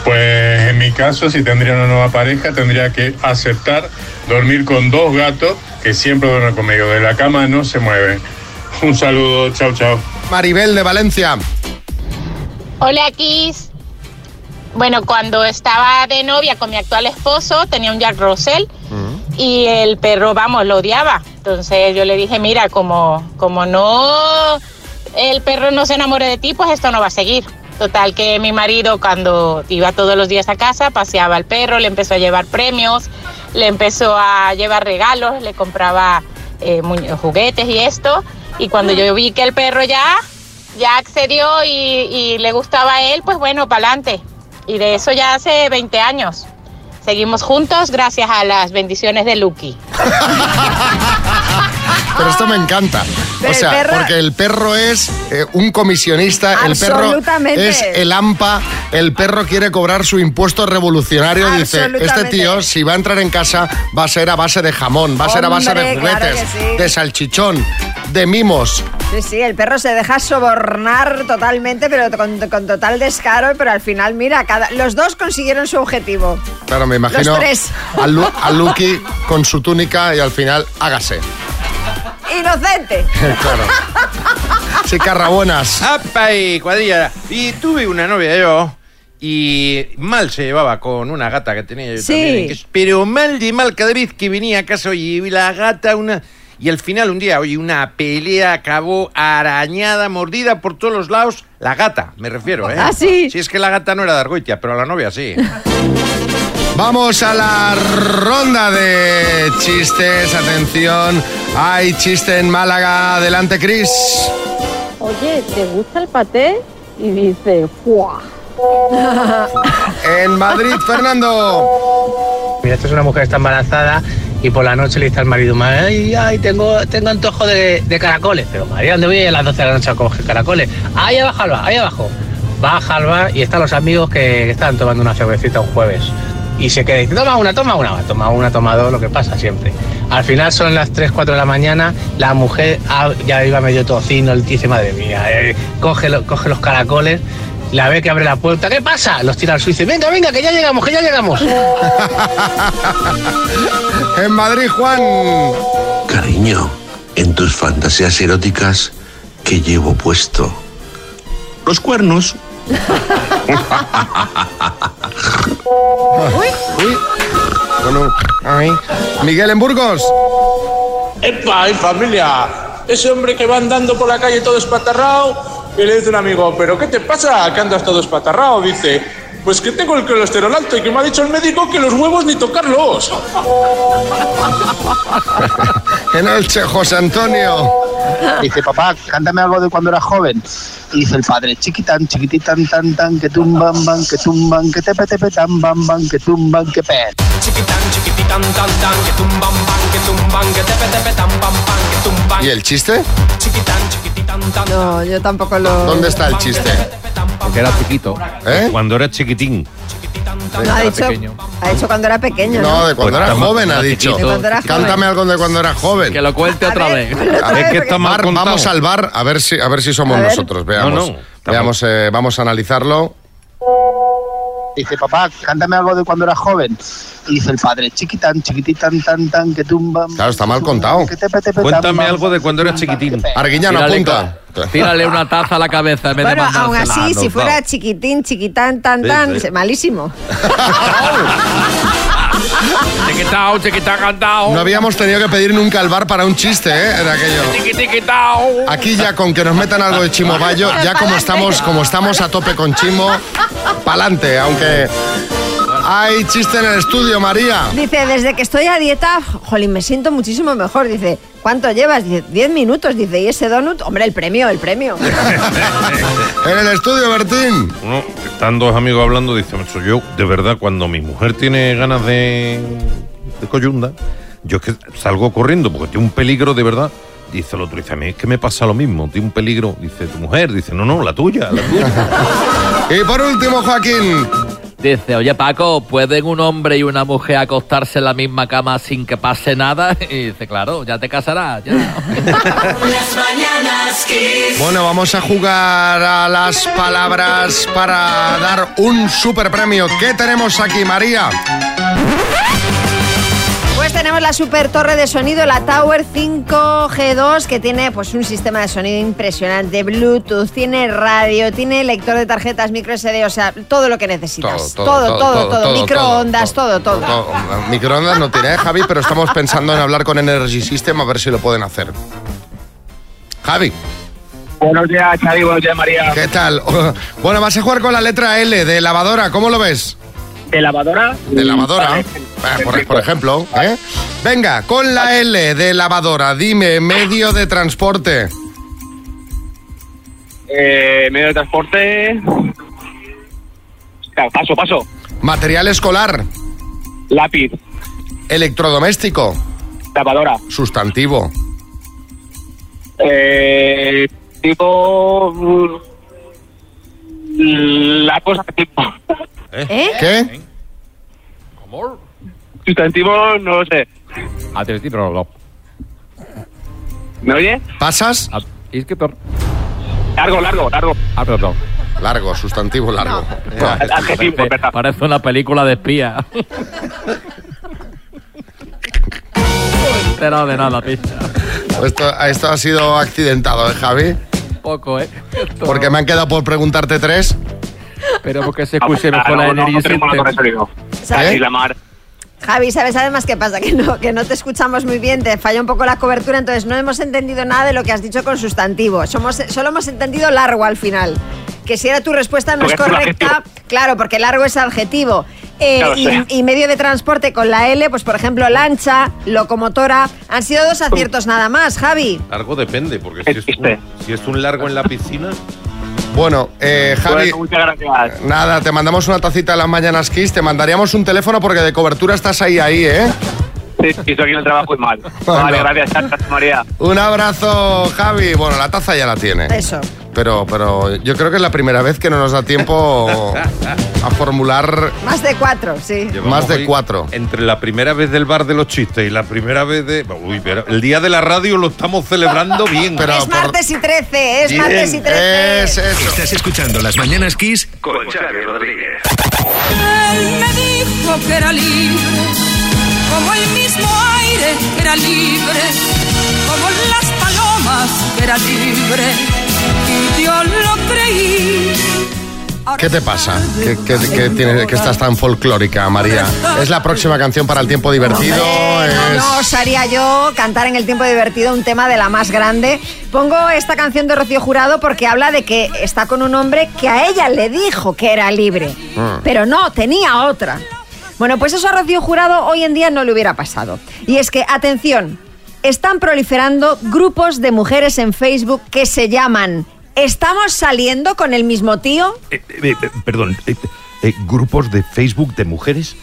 Pues en mi caso, si tendría una nueva pareja, tendría que aceptar dormir con dos gatos que siempre duermen conmigo. De la cama no se mueven. Un saludo, chao, chao.
Maribel de Valencia.
Hola, Kiss. Bueno, cuando estaba de novia con mi actual esposo, tenía un Jack Russell y el perro, vamos, lo odiaba. Entonces yo le dije, mira, como, como no, el perro no se enamore de ti, pues esto no va a seguir. Total que mi marido cuando iba todos los días a casa paseaba al perro, le empezó a llevar premios, le empezó a llevar regalos, le compraba eh, muñe- juguetes y esto. Y cuando yo vi que el perro ya, ya accedió y, y le gustaba a él, pues bueno, para adelante. Y de eso ya hace 20 años. Seguimos juntos gracias a las bendiciones de Lucky.
Pero esto
Ah,
me encanta.
Pero
o
el
sea,
perro-
porque el perro es eh, un comisionista, el perro
Absolutamente.
es el AMPA, el perro quiere cobrar su impuesto revolucionario. Dice, este
Absolutamente.
tío, si va a entrar en casa, va a ser a base de jamón, va a ser a base de
Hombre, claro
juguetes,
que sí.
de salchichón, de mimos.
Sí, sí, el perro se deja sobornar totalmente, pero con, con total descaro, pero al final, mira, cada, los dos consiguieron su objetivo.
Claro, me imagino
Los tres.
a, Lu- a Lucky con su túnica y al final, hágase.
¡Inocente!
claro. Chicarra, buenas.
¡Apa y cuadrilla! Y tuve una novia yo. Y mal se llevaba con una gata que tenía yo
Sí.
también, que es- Pero mal de mal, cada vez que venía a casa, oye, la gata, una. Y al final, un día, oye, una pelea acabó arañada, mordida por todos los lados. La gata, me refiero, ¿eh?
Ah, sí.
Si es que la gata no era de Argoitia, pero la novia sí.
Vamos a la ronda de chistes. Atención, hay chiste en Málaga. Adelante, Cris.
Oye, ¿te gusta el paté? Y dice, ¡fua!
En Madrid, Fernando.
Mira, esta es una mujer que está embarazada y por la noche le dice al marido, ay, ay, tengo, tengo antojo de, de caracoles. Pero María, ¿dónde voy a ir a las 12 de la noche a coger caracoles? Ahí abajo, al bar, ahí abajo. Baja al bar y están los amigos que están tomando una cervecita un jueves. Y se queda y dice, toma una, toma una, toma una, toma dos, lo que pasa siempre. Al final son las 3, 4 de la mañana, la mujer ah, ya iba medio tocino, le dice, madre mía, eh, coge, lo- coge los caracoles, la ve que abre la puerta, ¿qué pasa? Los tira al suizo, y, venga, venga, que ya llegamos, que ya llegamos.
En Madrid, Juan.
Cariño, en tus fantasías eróticas, ¿qué llevo puesto? Los cuernos.
Uy. Bueno, ay. Miguel en Burgos.
¡Epa, y familia! Ese hombre que va andando por la calle todo espatarrao y le dice un amigo, ¿pero qué te pasa que andas todo espatarrao? Dice, pues que tengo el colesterol alto y que me ha dicho el médico que los huevos ni tocarlos.
En Elche, José Antonio.
Dice, papá, cántame algo de cuando eras joven. Y dice el padre, chiquitán, chiquititán, tan, tan, que tumban, van, que tumban, que tepe, tepe, tan, van, van, que tumban, que pe.
Chiquititán, tan, tan, que tumban, pan, que tumban, que tepe, tepe, tan, pan, pan, que tumban.
¿Y el chiste?
No, yo tampoco lo...
¿Dónde está el chiste? ¿Eh?
Porque era chiquito. Cuando era chiquitín.
No, ha, dicho, ha dicho cuando era pequeño, ¿no?
No, de cuando era joven, ha dicho.
De cuando era
Cántame algo de cuando era joven. Que
lo cuente
otra A ver, vez. ponlo otra
A ver,
vez, porque-
Mar, Vamos al bar a ver si, a ver si somos
A ver.
nosotros. Veamos.
No, no,
veamos eh, vamos a analizarlo.
Dice, papá, cántame algo de cuando eras joven. Y dice el padre, chiquitán, chiquititán, tan, tan, que tumban.
Claro, está mal contado.
Que tepe, tepe, tan,
Cuéntame
van,
algo de cuando eras chiquitín.
Arguiñano,
apunta.
Tírale una taza a la cabeza Pues, en vez
Bueno,
de
aún
mandársela.
así, si fuera chiquitín, chiquitán, tan,
Sí,
tan,
sí.
malísimo.
Chiquitao, chiquitao, cantao.
No habíamos tenido que pedir nunca al bar para un chiste, ¿eh? Era aquello.
Chiquitiquitao.
Aquí ya con que nos metan algo de Chimo Bayo, ya como estamos, como estamos a tope con Chimo, pa'lante, aunque hay chiste en el estudio, María.
Dice, desde que estoy a dieta, jolín, me siento muchísimo mejor. Dice, ¿cuánto llevas? Dice, 10 minutos. Dice, ¿y ese donut? Hombre, el premio, el premio.
En el estudio, Bertín.
Uno, están dos amigos hablando, dice, "Macho, yo, de verdad, cuando mi mujer tiene ganas de, de coyunda, yo es que salgo corriendo porque tiene un peligro de verdad. Dice el otro, dice, a mí es que me pasa lo mismo, tiene un peligro. Dice, tu mujer, dice, no, no, la tuya, la tuya.
y por último, Joaquín.
Dice, oye Paco, ¿pueden un hombre y una mujer acostarse en la misma cama sin que pase nada? Y dice, claro, ya te casarás. ya".
Las mañanas kiss.
Bueno, vamos a jugar a las palabras para dar un super premio. ¿Qué tenemos aquí, María?
Pues tenemos la super torre de sonido, la Tower 5G2, que tiene pues un sistema de sonido impresionante, Bluetooth, tiene radio, tiene lector de tarjetas, micro SD, o sea, todo lo que necesitas.
Todo,
Todo,
todo,
todo,
todo,
todo,
todo, todo,
microondas, todo, todo.
No, microondas no tiene, ¿eh, Javi, pero estamos pensando en hablar con Energy System a ver si lo pueden hacer. Javi.
Buenos días, Xavi, buenos días, María.
¿Qué tal? Bueno, vas a jugar con la letra L de lavadora. ¿Cómo lo ves?
¿De lavadora?
De lavadora. Ah, por, por ejemplo. ¿eh? Venga, con la L de lavadora, dime, medio de transporte.
Eh, medio de transporte. Claro, paso, paso.
Material escolar.
Lápiz.
Electrodoméstico.
Lavadora.
Sustantivo.
Eh, tipo. mm, La cosa tipo.
¿Eh?
¿Qué?
¿Cómo? Sustantivo, no lo sé. Ah, ¿Me oye?
¿Pasas?
Ah,
Largo, largo, largo.
Largo, sustantivo largo.
Adjetivo,
Parece una película de espía. Pero de nada, picha.
Esto, esto ha sido accidentado, ¿eh, Javi.
Poco, ¿eh?
Porque me han quedado por preguntarte tres.
Esperemos que se
escuche mejor la energía
¿Sabes?
¿Eh?
Y la mar.
Javi, ¿sabes además qué pasa? Que no, que no te escuchamos muy bien, te falla un poco la cobertura, entonces no hemos entendido nada de lo que has dicho con sustantivo. Somos, solo hemos entendido largo al final. Que si era tu respuesta no
Porque
es
es un
correcta, claro, porque largo es adjetivo. Eh,
Claro,
y,
sí.
y medio de transporte con la L, pues por ejemplo, lancha, locomotora. Han sido dos aciertos nada más, Javi.
Largo depende, porque si es, un, si es un largo en la piscina.
Bueno, eh, Javi.
Bueno,
Nada, te mandamos una tacita a las mañanas Kiss, te mandaríamos un teléfono porque de cobertura estás ahí, ahí, ¿eh?
Sí, sí, estoy aquí en el trabajo y mal. Vale, gracias, gracias, María.
Un abrazo, Javi. Bueno, la taza ya la tiene.
Eso.
Pero, pero yo creo que es la primera vez que no nos da tiempo a formular
Más de cuatro, sí.
más de cuatro.
Entre la primera vez del bar de los chistes y la primera vez de. Uy, pero el día de la radio lo estamos celebrando bien.
es martes y trece, es martes y trece.
Estás escuchando Las Mañanas Kiss con Xavi Rodríguez.
Él me dijo que era libre, como el mismo aire que era libre, como las palomas que era libre, y yo lo creí.
¿Qué te pasa? ¿Qué, qué- qué tienes- que estás tan folclórica, María? Es la próxima canción para el tiempo divertido.
No,
es-
no osaría yo cantar en el tiempo divertido un tema de la más grande. Pongo esta canción de Rocío Jurado porque habla de que está con un hombre que a ella le dijo que era libre,
Ah,
Mm.
pero no, tenía otra. Bueno, pues eso a Rocío Jurado hoy en día no le hubiera pasado. Y es que, atención, están proliferando grupos de mujeres en Facebook que se llaman ¿Estamos saliendo con el mismo tío?
Eh, eh, eh, perdón, eh, eh, grupos de Facebook de mujeres.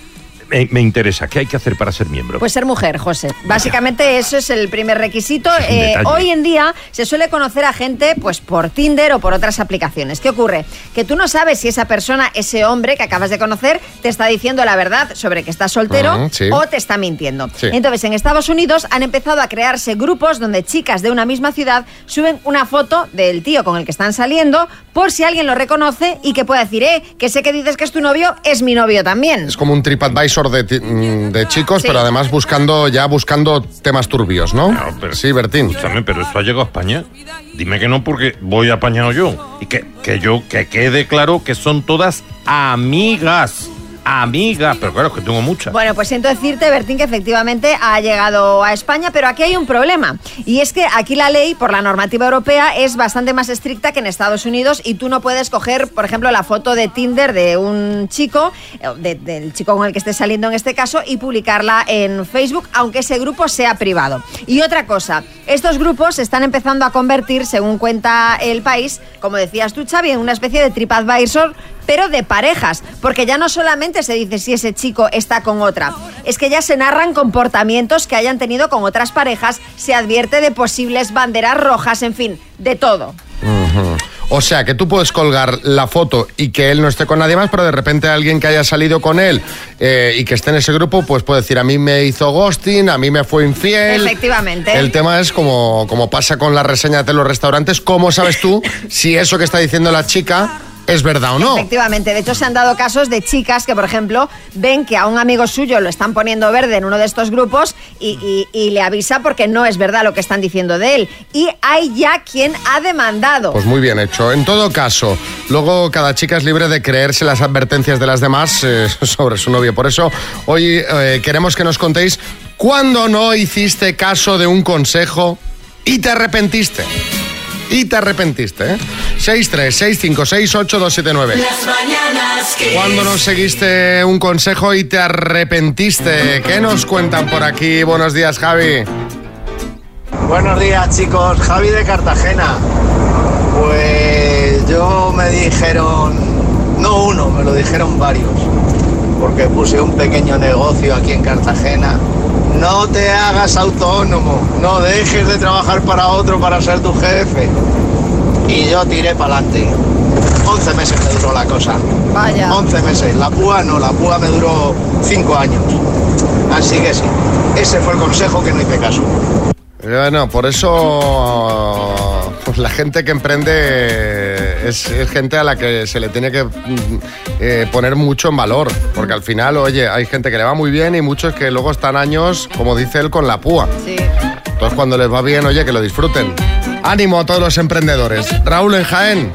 Me, me interesa, ¿qué hay que hacer para ser miembro?
Pues ser mujer, José. Básicamente eso es el primer requisito.
Es un
Eh,
detalle.
hoy en día se suele conocer a gente pues por Tinder o por otras aplicaciones. ¿Qué ocurre? Que tú no sabes si esa persona, ese hombre que acabas de conocer, te está diciendo la verdad sobre que estás soltero
Ujú, sí.
o te está mintiendo.
Sí.
Entonces, en Estados Unidos han empezado a crearse grupos donde chicas de una misma ciudad suben una foto del tío con el que están saliendo por si alguien lo reconoce y que pueda decir, eh, que sé que dices que es tu novio, es mi novio también.
es como un TripAdvisor de, ti- mm, de chicos,
Sí.
pero además buscando ya buscando temas turbios, ¿no?
Pues,
sí, Bertín.
Escúchame, pero eso ha llegado a España. Dime que no porque voy apañado yo. Y que, que yo, que quede claro que son todas amigas. Amigas. Pero claro, es que tengo muchas.
Bueno, pues siento decirte, Bertín, que efectivamente ha llegado a España, pero aquí hay un problema. Y es que aquí la ley, por la normativa europea, es bastante más estricta que en Estados Unidos y tú no puedes coger, por ejemplo, la foto de Tinder de un chico, eh, de- del chico con el que estés saliendo en este caso, y publicarla en Facebook, aunque ese grupo sea privado. Y otra cosa, estos grupos están empezando a convertir, según cuenta el país, como decías tú, Xavi, en una especie de TripAdvisor, pero de parejas, porque ya no solamente se dice si ese chico está con otra, es que ya se narran comportamientos que hayan tenido con otras parejas, se advierte de posibles banderas rojas, en fin, de todo.
Ujú. O sea, que tú puedes colgar la foto y que él no esté con nadie más, pero de repente alguien que haya salido con él eh, y que esté en ese grupo, pues puede decir, a mí me hizo ghosting, a mí me fue infiel.
Efectivamente.
El tema es como, como pasa con la reseña de los restaurantes, ¿cómo sabes tú si eso que está diciendo la chica es verdad o no?
Efectivamente, de hecho se han dado casos de chicas que, por ejemplo, ven que a un amigo suyo lo están poniendo verde en uno de estos grupos y, y- y le avisa porque no es verdad lo que están diciendo de él. Y hay ya quien ha demandado.
Pues muy bien hecho. En todo caso, luego cada chica es libre de creerse las advertencias de las demás eh, sobre su novio. Por eso hoy eh, queremos que nos contéis cuándo no hiciste caso de un consejo y te arrepentiste. y te arrepentiste. ¿eh? 636568279.
Las mañanas Kiss.
Cuando no seguiste un consejo y te arrepentiste. ¿Qué nos cuentan por aquí? Buenos días, Javi.
Buenos días chicos, Javi de Cartagena. Pues yo me dijeron, no uno, me lo dijeron varios, porque puse un pequeño negocio aquí en Cartagena. No te hagas autónomo, no dejes de trabajar para otro para ser tu jefe. Y yo tiré para adelante. 11 meses me duró la cosa.
Vaya.
11 meses. La púa no, la púa me duró 5 años. Así que sí, ese fue el consejo que no hice caso.
Bueno, por eso pues la gente que emprende es, es gente a la que se le tiene que mm, eh, poner mucho en valor, porque al final, oye, hay gente que le va muy bien y muchos que luego están años, como dice él, con la púa. Entonces cuando les va bien, oye, que lo disfruten. Ánimo a todos los emprendedores. Raúl en Jaén.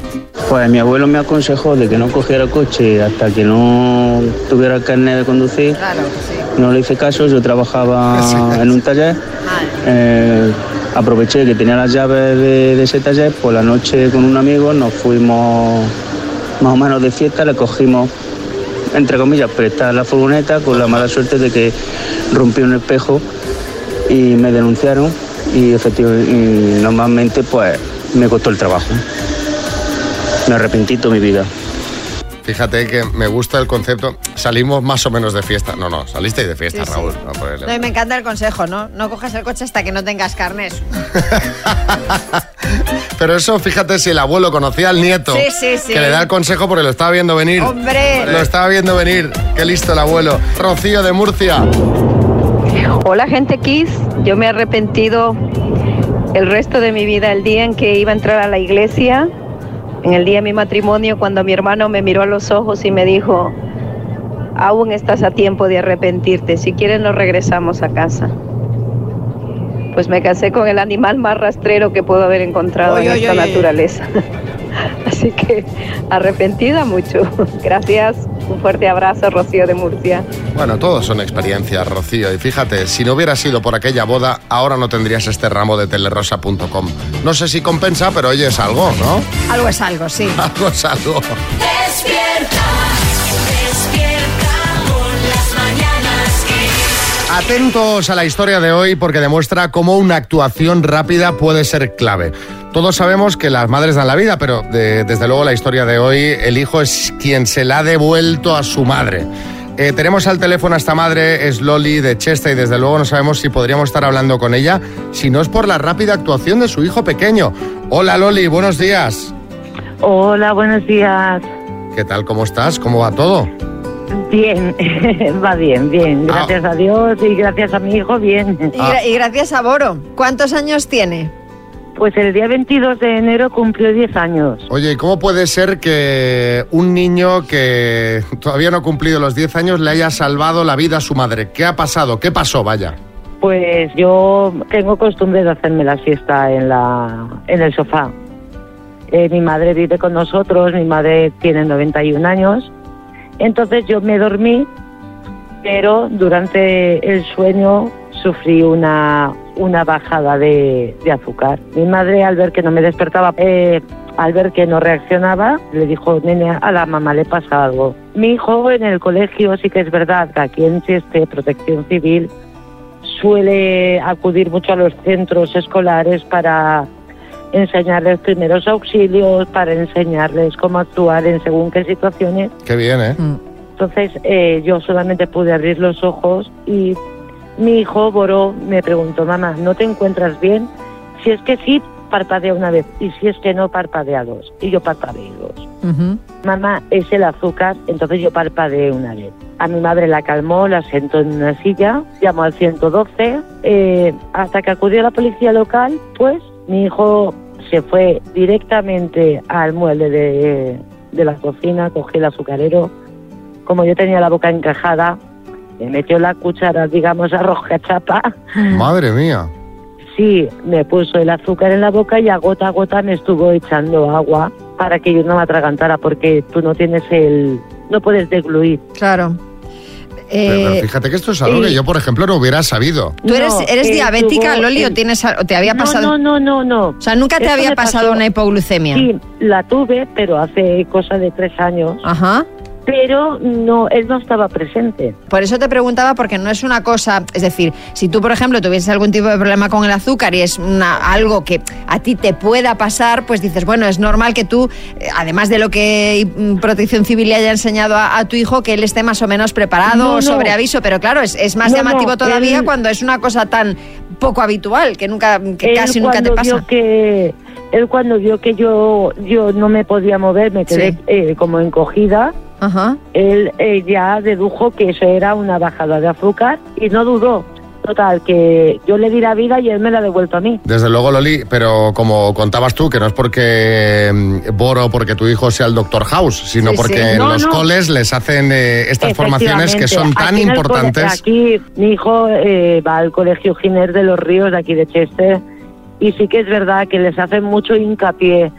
Pues mi abuelo me aconsejó de que no cogiera coche hasta que no tuviera el carnet de conducir. No le hice caso, yo trabajaba en un taller. Eh, aproveché que tenía las llaves de, de ese taller, por la noche con un amigo nos fuimos más o menos de fiesta, le cogimos, entre comillas, prestar la furgoneta con la mala suerte de que rompí un espejo y me denunciaron y efectivamente y normalmente pues me costó el trabajo. Me arrepentí toda mi vida.
Fíjate que me gusta el concepto. Salimos más o menos de fiesta. No, no, salisteis de fiesta,
Sí, sí.
Raúl. No, pues,
No, y me encanta el consejo, ¿no? No cojas el coche hasta que no tengas carnes.
Pero eso, fíjate si el abuelo conocía al nieto.
Sí, sí, sí.
Que le da el consejo porque lo estaba viendo venir.
¡Hombre!
Lo estaba viendo venir. Qué listo el abuelo. Rocío de Murcia.
Hola gente Kiss, yo me he arrepentido el resto de mi vida, el día en que iba a entrar a la iglesia, en el día de mi matrimonio, cuando mi hermano me miró a los ojos y me dijo, aún estás a tiempo de arrepentirte, si quieres nos regresamos a casa. Pues me casé con el animal más rastrero que puedo haber encontrado
Oy,
en
oy,
esta
oy, oy.
naturaleza. Así que arrepentida mucho. Gracias, un fuerte abrazo, Rocío de Murcia.
Bueno, todos son experiencias, Rocío. Y fíjate, si no hubiera sido por aquella boda, ahora no tendrías este ramo de telerosa.com. No sé si compensa, pero oye, es algo, ¿no?
Algo es algo, sí.
Algo es algo.
Despierta, despierta con las mañanas Kiss.
Atentos a la historia de hoy porque demuestra cómo una actuación rápida puede ser clave. Todos sabemos que las madres dan la vida, pero de- desde luego la historia de hoy, el hijo es quien se la ha devuelto a su madre. Eh, tenemos al teléfono a esta madre, es Loli de Chesta, y desde luego no sabemos si podríamos estar hablando con ella si no es por la rápida actuación de su hijo pequeño. Hola Loli, buenos días.
Hola, buenos días.
¿Qué tal? ¿Cómo estás? ¿Cómo va todo?
Bien, va bien, bien. Gracias a Dios y gracias a mi hijo,
Ah.
bien.
Y, gra- y gracias a Boro. ¿Cuántos años tiene?
Pues el día 22 de enero cumplió 10 años.
Oye, ¿y cómo puede ser que un niño que todavía no ha cumplido los 10 años le haya salvado la vida a su madre? ¿Qué ha pasado? ¿Qué pasó? Vaya.
Pues yo tengo costumbre de hacerme la siesta en, la, en el sofá. Eh, mi madre vive con nosotros, mi madre tiene 91 años. Entonces yo me dormí, pero durante el sueño sufrí una, una bajada de, de azúcar. Mi madre al ver que no me despertaba, eh, al ver que no reaccionaba, le dijo, nene, a la mamá le pasa algo. Mi hijo en el colegio sí que es verdad que aquí en Cheste, Protección Civil, suele acudir mucho a los centros escolares para enseñarles primeros auxilios, para enseñarles cómo actuar en según qué situaciones.
Qué bien, ¿eh?
Mm. Entonces eh, yo solamente pude abrir los ojos y mi hijo Boró me preguntó, mamá, ¿no te encuentras bien? Si es que sí, parpadea una vez y si es que no, parpadea dos. Y yo parpadeé dos. Mamá, es el azúcar, entonces yo parpadeé una vez. A mi madre la calmó, la sentó en una silla, llamó al 112, eh, hasta que acudió la policía local, pues mi hijo se fue directamente al mueble de, de la cocina, cogió el azucarero, como yo tenía la boca encajada, me metió la cuchara, digamos, a roja chapa,
Madre mía.
sí, me puso el azúcar en la boca y a gota a gota me estuvo echando agua para que yo no me atragantara, porque tú no tienes el... no puedes degluir.
Claro.
Pero, pero
Eh,
fíjate que esto es algo
y-
que yo, por ejemplo, no hubiera sabido.
¿Tú eres,
No,
eres
eh,
diabética,
tuvo-
Loli,
eh,
o, tienes, al- o te había
no,
pasado?
No, no, no, no.
O sea, ¿nunca te
Esto
había
me pasó-
pasado una hipoglucemia?
Sí, la tuve, pero hace cosa de tres años.
Ajá.
Pero no, él no estaba presente.
Por eso te preguntaba, porque no es una cosa, es decir, si tú, por ejemplo, tuvieses algún tipo de problema con el azúcar y es una- algo que a ti te pueda pasar, pues dices, bueno, es normal que tú, eh, además de lo que mm, Protección Civil le haya enseñado a, a tu hijo, que él esté más o menos preparado
No,
o
no.
sobre aviso, pero claro, es, es más
No,
llamativo
no,
todavía
él-
cuando es una cosa tan poco habitual, que nunca, que
Él
casi nunca te
cuando
pasa.
vio que él cuando vio que yo yo no me podía mover, me quedé
Sí.
eh, como encogida.
Ajá.
Él eh, ya dedujo que eso era una bajada de azúcar y no dudó. Total que yo le di la vida y él me la ha devuelto a mí.
Desde luego, Loli, pero como contabas tú, que no es porque mm, Boro, porque tu hijo sea el Doctor House, sino
Sí, sí.
porque en
No,
los
no.
coles les hacen eh, estas formaciones que son
Efectivamente.
tan
Aquí en el
importantes.
cole- aquí mi hijo eh, va al colegio Giner de los Ríos, de aquí de Chester, y sí que es verdad que les hacen mucho hincapié.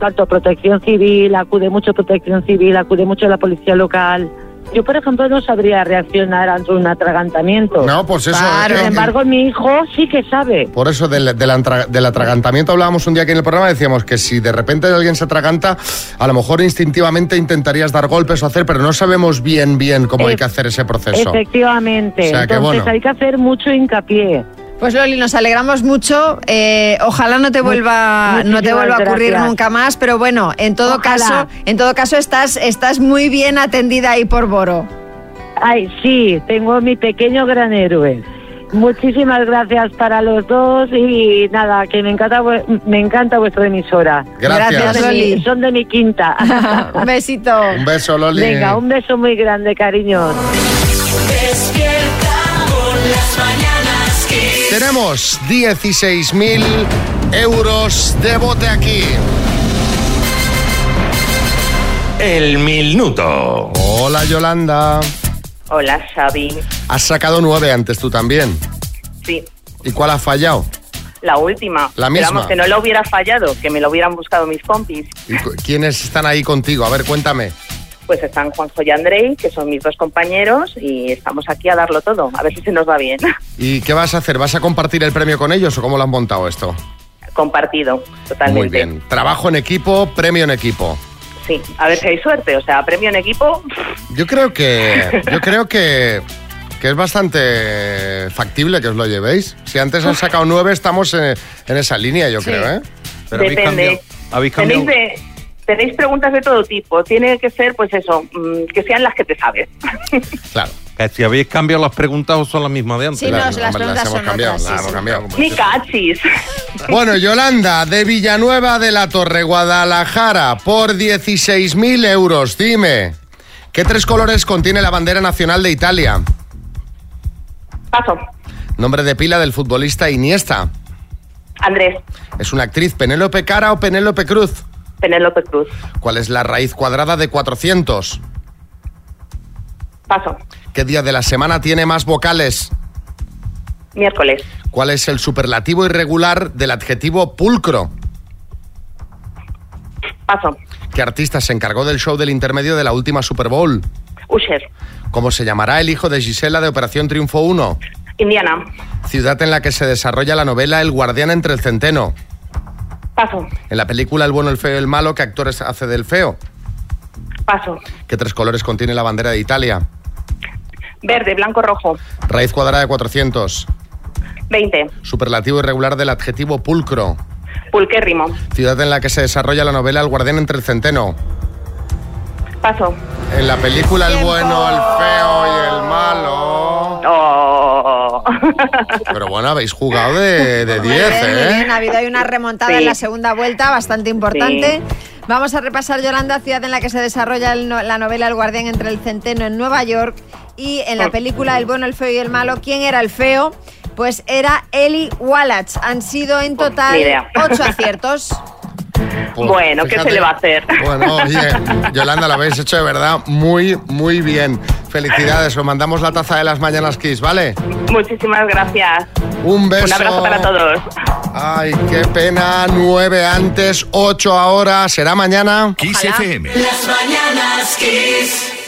Tanto protección civil, acude mucho protección civil, acude mucho la policía local. Yo, por ejemplo, no sabría reaccionar ante un atragantamiento.
No, pues eso,
Claro,
eh,
sin
eh,
embargo, mi hijo sí que sabe.
Por eso del, del antra- del atragantamiento hablábamos un día aquí en el programa, decíamos que si de repente alguien se atraganta, a lo mejor instintivamente intentarías dar golpes o hacer, pero no sabemos bien, bien cómo
Eh,
hay que hacer ese proceso.
Efectivamente.
O sea, que
Entonces
bueno.
hay que hacer mucho hincapié.
Pues Loli, nos alegramos mucho. eh, ojalá no te
Mu-
vuelva, no te
muchísimas
vuelva a ocurrir
gracias.
nunca más. Pero bueno, en todo
Ojalá.
caso, en todo caso estás, estás muy bien atendida ahí por Boro.
Ay, sí, tengo mi pequeño gran héroe. Muchísimas gracias para los dos y nada, que me encanta vu- me encanta vuestra emisora.
Gracias. Gracias,
Son de mi-
Loli.
Son de mi quinta.
un besito.
Un beso, Loli.
Venga, un beso muy grande, cariño.
Despierta por las mañanas Kiss.
Tenemos 16.000 euros de bote aquí.
El minuto.
Hola, Yolanda.
Hola, Xavi.
Has sacado nueve antes tú también.
Sí,
¿Y cuál ha fallado?
la última.
La
Pero
misma.
Vamos, que no la hubiera fallado, que me lo hubieran buscado mis compis.
¿Y cu- ¿Quiénes están ahí contigo? A ver, cuéntame.
Pues están Juanjo y Andrei, que son mis dos compañeros, y estamos aquí a darlo todo, a ver si se nos va bien.
¿Y qué vas a hacer? ¿Vas a compartir el premio con ellos o cómo lo han montado esto?
Compartido, totalmente.
Muy bien. Trabajo en equipo, premio en equipo.
Sí, a ver si hay suerte, o sea, premio en equipo,
Yo creo que yo creo que, que es bastante factible que os lo llevéis. Si antes han sacado nueve, estamos en, en esa línea, yo
Sí.
creo, ¿eh?
depende. Tenéis, de- tenéis preguntas de todo tipo, tiene que ser, pues eso, mm, que sean las que te sabes.
Claro.
Que si habéis cambiado las preguntas o son las mismas de antes.
Sí, no, Las- las las preguntas hemos son cambiado, otras, las sí, hemos sí.
cambiado.
Ni cachis.
Bueno, Yolanda, de Villanueva de la Torre, Guadalajara, por 16.000 euros, dime, ¿qué tres colores contiene la bandera nacional de Italia?
Paso,
Nombre de pila del futbolista Iniesta.
Andrés,
¿Es una actriz Penélope Cara o Penélope Cruz?
Penélope Cruz,
¿Cuál es la raíz cuadrada de 400?
paso,
¿Qué día de la semana tiene más vocales?
miércoles,
¿Cuál es el superlativo irregular del adjetivo pulcro?
paso,
¿Qué artista se encargó del show del intermedio de la última Super Bowl?
Usher,
¿Cómo se llamará el hijo de Gisela de Operación Triunfo 1?
Indiana,
Ciudad en la que se desarrolla la novela El guardián entre el centeno.
paso,
En la película El bueno, el feo y el malo, ¿qué actores hace del feo?
paso,
¿Qué tres colores contiene la bandera de Italia?
verde, blanco, rojo,
Raíz cuadrada de 400.
20,
Superlativo irregular del adjetivo pulcro.
pulquérrimo,
Ciudad en la que se desarrolla la novela El guardián entre el centeno.
paso.
En la película El bueno, el feo y el malo. Pero bueno, habéis jugado de de 10,
Muy bien, muy
¿eh?
bien, ha habido ahí una remontada
Sí.
en la segunda vuelta bastante importante.
Sí.
Vamos a repasar, Yolanda, ciudad en la que se desarrolla el no- la novela El guardián entre el centeno en Nueva York y en la película El bueno, el feo y el malo, ¿quién era el feo? Pues era Eli Wallach. Han sido en total
Oh, ni idea.
ocho aciertos.
Pues,
bueno, ¿qué
fíjate.
se le va a hacer?
Bueno, oye, Yolanda, lo habéis hecho de verdad muy, muy bien. Felicidades, os mandamos la taza de las mañanas Kiss, ¿vale?
Muchísimas gracias.
Un beso.
Un abrazo para todos.
Ay, qué pena, nueve antes, ocho ahora, será mañana.
Kiss FM.
Las mañanas Kiss.